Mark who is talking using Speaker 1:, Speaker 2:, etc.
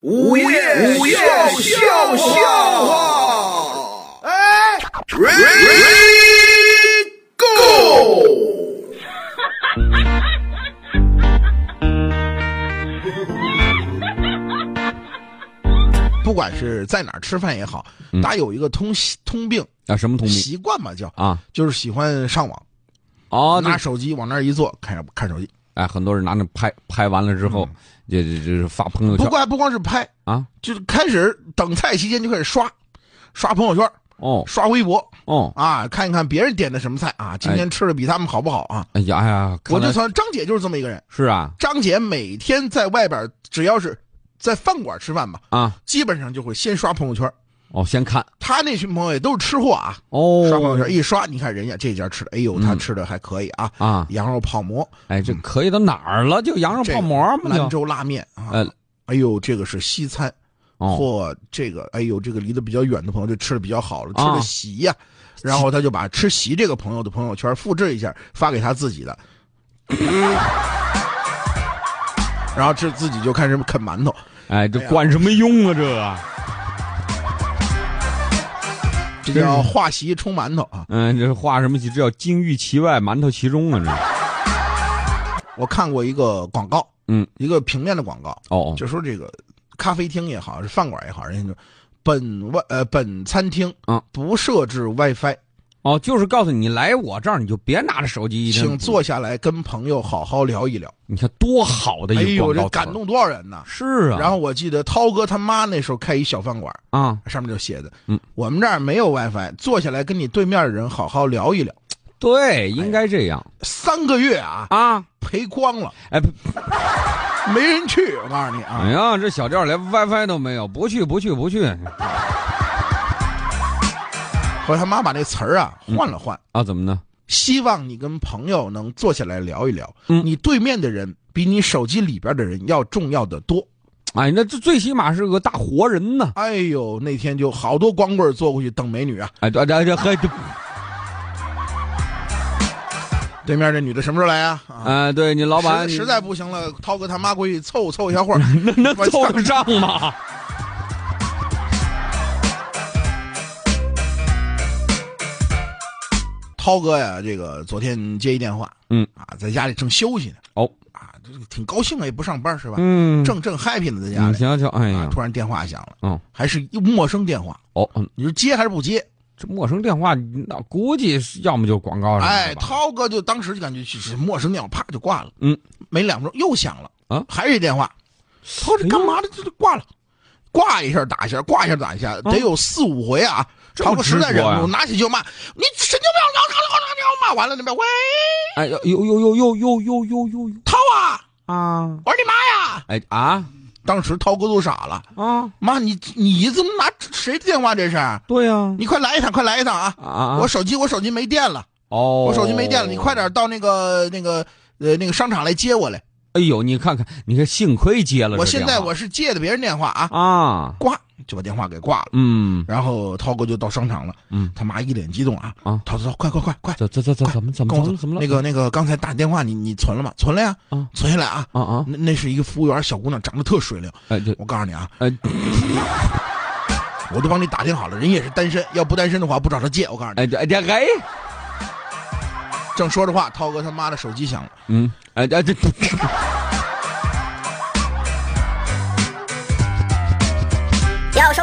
Speaker 1: 午夜午夜笑笑话，哎，Ready Go！
Speaker 2: 不管是在哪儿吃饭也好，大家有一个通通病，
Speaker 3: 啊，什么嗯通病
Speaker 2: 习惯吧叫，
Speaker 3: 啊？
Speaker 2: 就是喜欢上网，
Speaker 3: 哦，
Speaker 2: 拿
Speaker 3: 那
Speaker 2: 手机往那儿一坐，看看手机。
Speaker 3: 哎，很多人拿着拍拍完了之后，这这这发朋友
Speaker 2: 嗯不
Speaker 3: 圈
Speaker 2: 光不光是拍，
Speaker 3: 啊，
Speaker 2: 就是开始等菜期间就开始刷，刷朋友圈，
Speaker 3: 哦
Speaker 2: 刷微博
Speaker 3: 哦，
Speaker 2: 啊，看一看别人点的什么菜啊，今天吃的比他们好不好啊？
Speaker 3: 哎呀哎呀，哎看
Speaker 2: 我就
Speaker 3: 来
Speaker 2: 算张姐就是这么一个人，
Speaker 3: 是啊
Speaker 2: 张姐每天在外边，只要是在饭馆吃饭吧，
Speaker 3: 啊，
Speaker 2: 基本上就会先刷朋友圈。
Speaker 3: 哦，先看
Speaker 2: 她那群朋友也都是吃货啊，
Speaker 3: 哦，嗯
Speaker 2: 刷朋友圈一刷，你看人家这家吃的，哎呦，他吃的还可以啊，
Speaker 3: 啊，
Speaker 2: 羊肉泡馍、
Speaker 3: 哎，这可以到哪儿了？就羊肉
Speaker 2: 这
Speaker 3: 哦泡馍嘛，
Speaker 2: 兰
Speaker 3: 就
Speaker 2: 嗯州拉面啊
Speaker 3: 呃，
Speaker 2: 哎呦，这个是西餐，
Speaker 3: 哦
Speaker 2: 或这个，哎呦，这个离得比较远的朋友就吃的比较好了，吃
Speaker 3: 啊
Speaker 2: 的席呀、然后他就把吃席这个朋友的朋友圈复制一下，发给他自己的， 然后这自己就开始啃馒头。
Speaker 3: 哎，这
Speaker 2: 哎呀
Speaker 3: 管什么用啊？这个
Speaker 2: 这叫画席充馒头啊！
Speaker 3: 嗯，这话什么起？这叫金玉其外，馒头其中啊！这
Speaker 2: 我看过一个广告，
Speaker 3: 嗯，
Speaker 2: 一个平面的广告，
Speaker 3: 哦
Speaker 2: 就说这个咖啡厅也好，是饭馆也好，人家就本外呃本餐厅
Speaker 3: 嗯
Speaker 2: 不设置 WiFi，
Speaker 3: 哦，就是告诉你，你来我这儿你就别拿着手机，一天
Speaker 2: 请坐下来跟朋友好好聊一聊。
Speaker 3: 你看多好的
Speaker 2: 哎
Speaker 3: 一个
Speaker 2: 呦，
Speaker 3: 广告
Speaker 2: 这
Speaker 3: 词
Speaker 2: 感动多少人呐！
Speaker 3: 是啊，
Speaker 2: 然后我记得涛哥他妈那时候开一小饭馆，
Speaker 3: 啊，
Speaker 2: 上面就写的，
Speaker 3: 嗯，
Speaker 2: 我们这儿没有 WiFi，坐下来跟你对面的人好好聊一聊。
Speaker 3: 对，应该这样
Speaker 2: 三个月啊，
Speaker 3: 啊。
Speaker 2: 赔光了，
Speaker 3: 哎，不
Speaker 2: 没人去。我告诉你啊，
Speaker 3: 哎呀，这小店儿连 WiFi 都没有，不去不去不去
Speaker 2: 后来他妈把那词儿啊换了换，
Speaker 3: 啊？怎么呢？
Speaker 2: 希望你跟朋友能坐下来聊一聊，
Speaker 3: 嗯
Speaker 2: 你对面的人比你手机里边的人要重要的多。
Speaker 3: 哎，那这最起码是个大活人呢。
Speaker 2: 哎呦，那天就好多光棍坐过去等美女啊，
Speaker 3: 哎，这这这还这，
Speaker 2: 对面这女的什么时候来啊？啊，
Speaker 3: 哎，对你老板，
Speaker 2: 实
Speaker 3: 你嗯
Speaker 2: 实在不行了，涛哥他妈过去凑凑一下话儿。
Speaker 3: 能能凑得上
Speaker 2: 啊
Speaker 3: 吗？
Speaker 2: 涛哥呀，这个昨天接一电话，
Speaker 3: 嗯
Speaker 2: 啊，在家里正休息呢，
Speaker 3: 哦，
Speaker 2: 啊，这个挺高兴啊，也不上班是吧？
Speaker 3: 嗯，
Speaker 2: 正正 happy 呢，在家
Speaker 3: 你
Speaker 2: 里、
Speaker 3: 瞧瞧，哎
Speaker 2: 啊
Speaker 3: 呀，，
Speaker 2: 突然电话响了，
Speaker 3: 嗯，
Speaker 2: 还是一陌生电话，
Speaker 3: 哦，嗯，
Speaker 2: 你说接还是不接？
Speaker 3: 这陌生电话，那估计是要么就广告什么
Speaker 2: 哎
Speaker 3: 的，吧。
Speaker 2: 涛哥就当时就感觉是是陌生电话，啪就挂了，
Speaker 3: 嗯，
Speaker 2: 没两分钟又响了，
Speaker 3: 啊
Speaker 2: 还是一电话，涛这干嘛呢？这就挂了。挂一下打一下，挂一下打一下，得有四五回啊！
Speaker 3: 这么
Speaker 2: 涛哥实在
Speaker 3: 执
Speaker 2: 忍
Speaker 3: 着呀
Speaker 2: 不住，拿起就骂：“你神经病！”然后然后骂完了，那边喂
Speaker 3: 哎，呦呦呦呦呦呦呦呦呦
Speaker 2: 涛啊！
Speaker 3: 啊！
Speaker 2: 我说你妈呀！
Speaker 3: 哎啊
Speaker 2: 当时涛哥都傻了，
Speaker 3: 啊，
Speaker 2: 妈，你你怎么拿谁的电话这是？啊
Speaker 3: 对呀，
Speaker 2: 你快来一趟，快来一趟啊！
Speaker 3: 啊啊，
Speaker 2: 我手机我手机没电了，
Speaker 3: 哦，
Speaker 2: 我手机没电了，你快点到那个那个呃那个商场来接我来。
Speaker 3: 哎呦，你看看，你看，幸亏接了这电话。
Speaker 2: 我现在我是借的别人电话啊，
Speaker 3: 啊，
Speaker 2: 挂就把电话给挂了。
Speaker 3: 嗯，
Speaker 2: 然后涛哥就到商场了，
Speaker 3: 嗯
Speaker 2: 他妈一脸激动啊
Speaker 3: 啊
Speaker 2: 涛涛快快快快，
Speaker 3: 怎怎怎怎怎么怎么
Speaker 2: 跟我
Speaker 3: 怎
Speaker 2: 走
Speaker 3: 么怎么了？
Speaker 2: 那个那个刚才打电话你你存了吗？存了呀，
Speaker 3: 啊
Speaker 2: 存下来啊。
Speaker 3: 啊啊，
Speaker 2: 那那是一个服务员小姑娘，长得特水灵。
Speaker 3: 哎对，
Speaker 2: 我告诉你啊，
Speaker 3: 哎
Speaker 2: 我都帮你打听好了，人也是单身，要不单身的话不找他借。我告诉你，
Speaker 3: 哎这哎这哎，
Speaker 2: 正说着话，涛哥他妈的手机响了。
Speaker 3: 嗯，哎哎这，
Speaker 4: 要收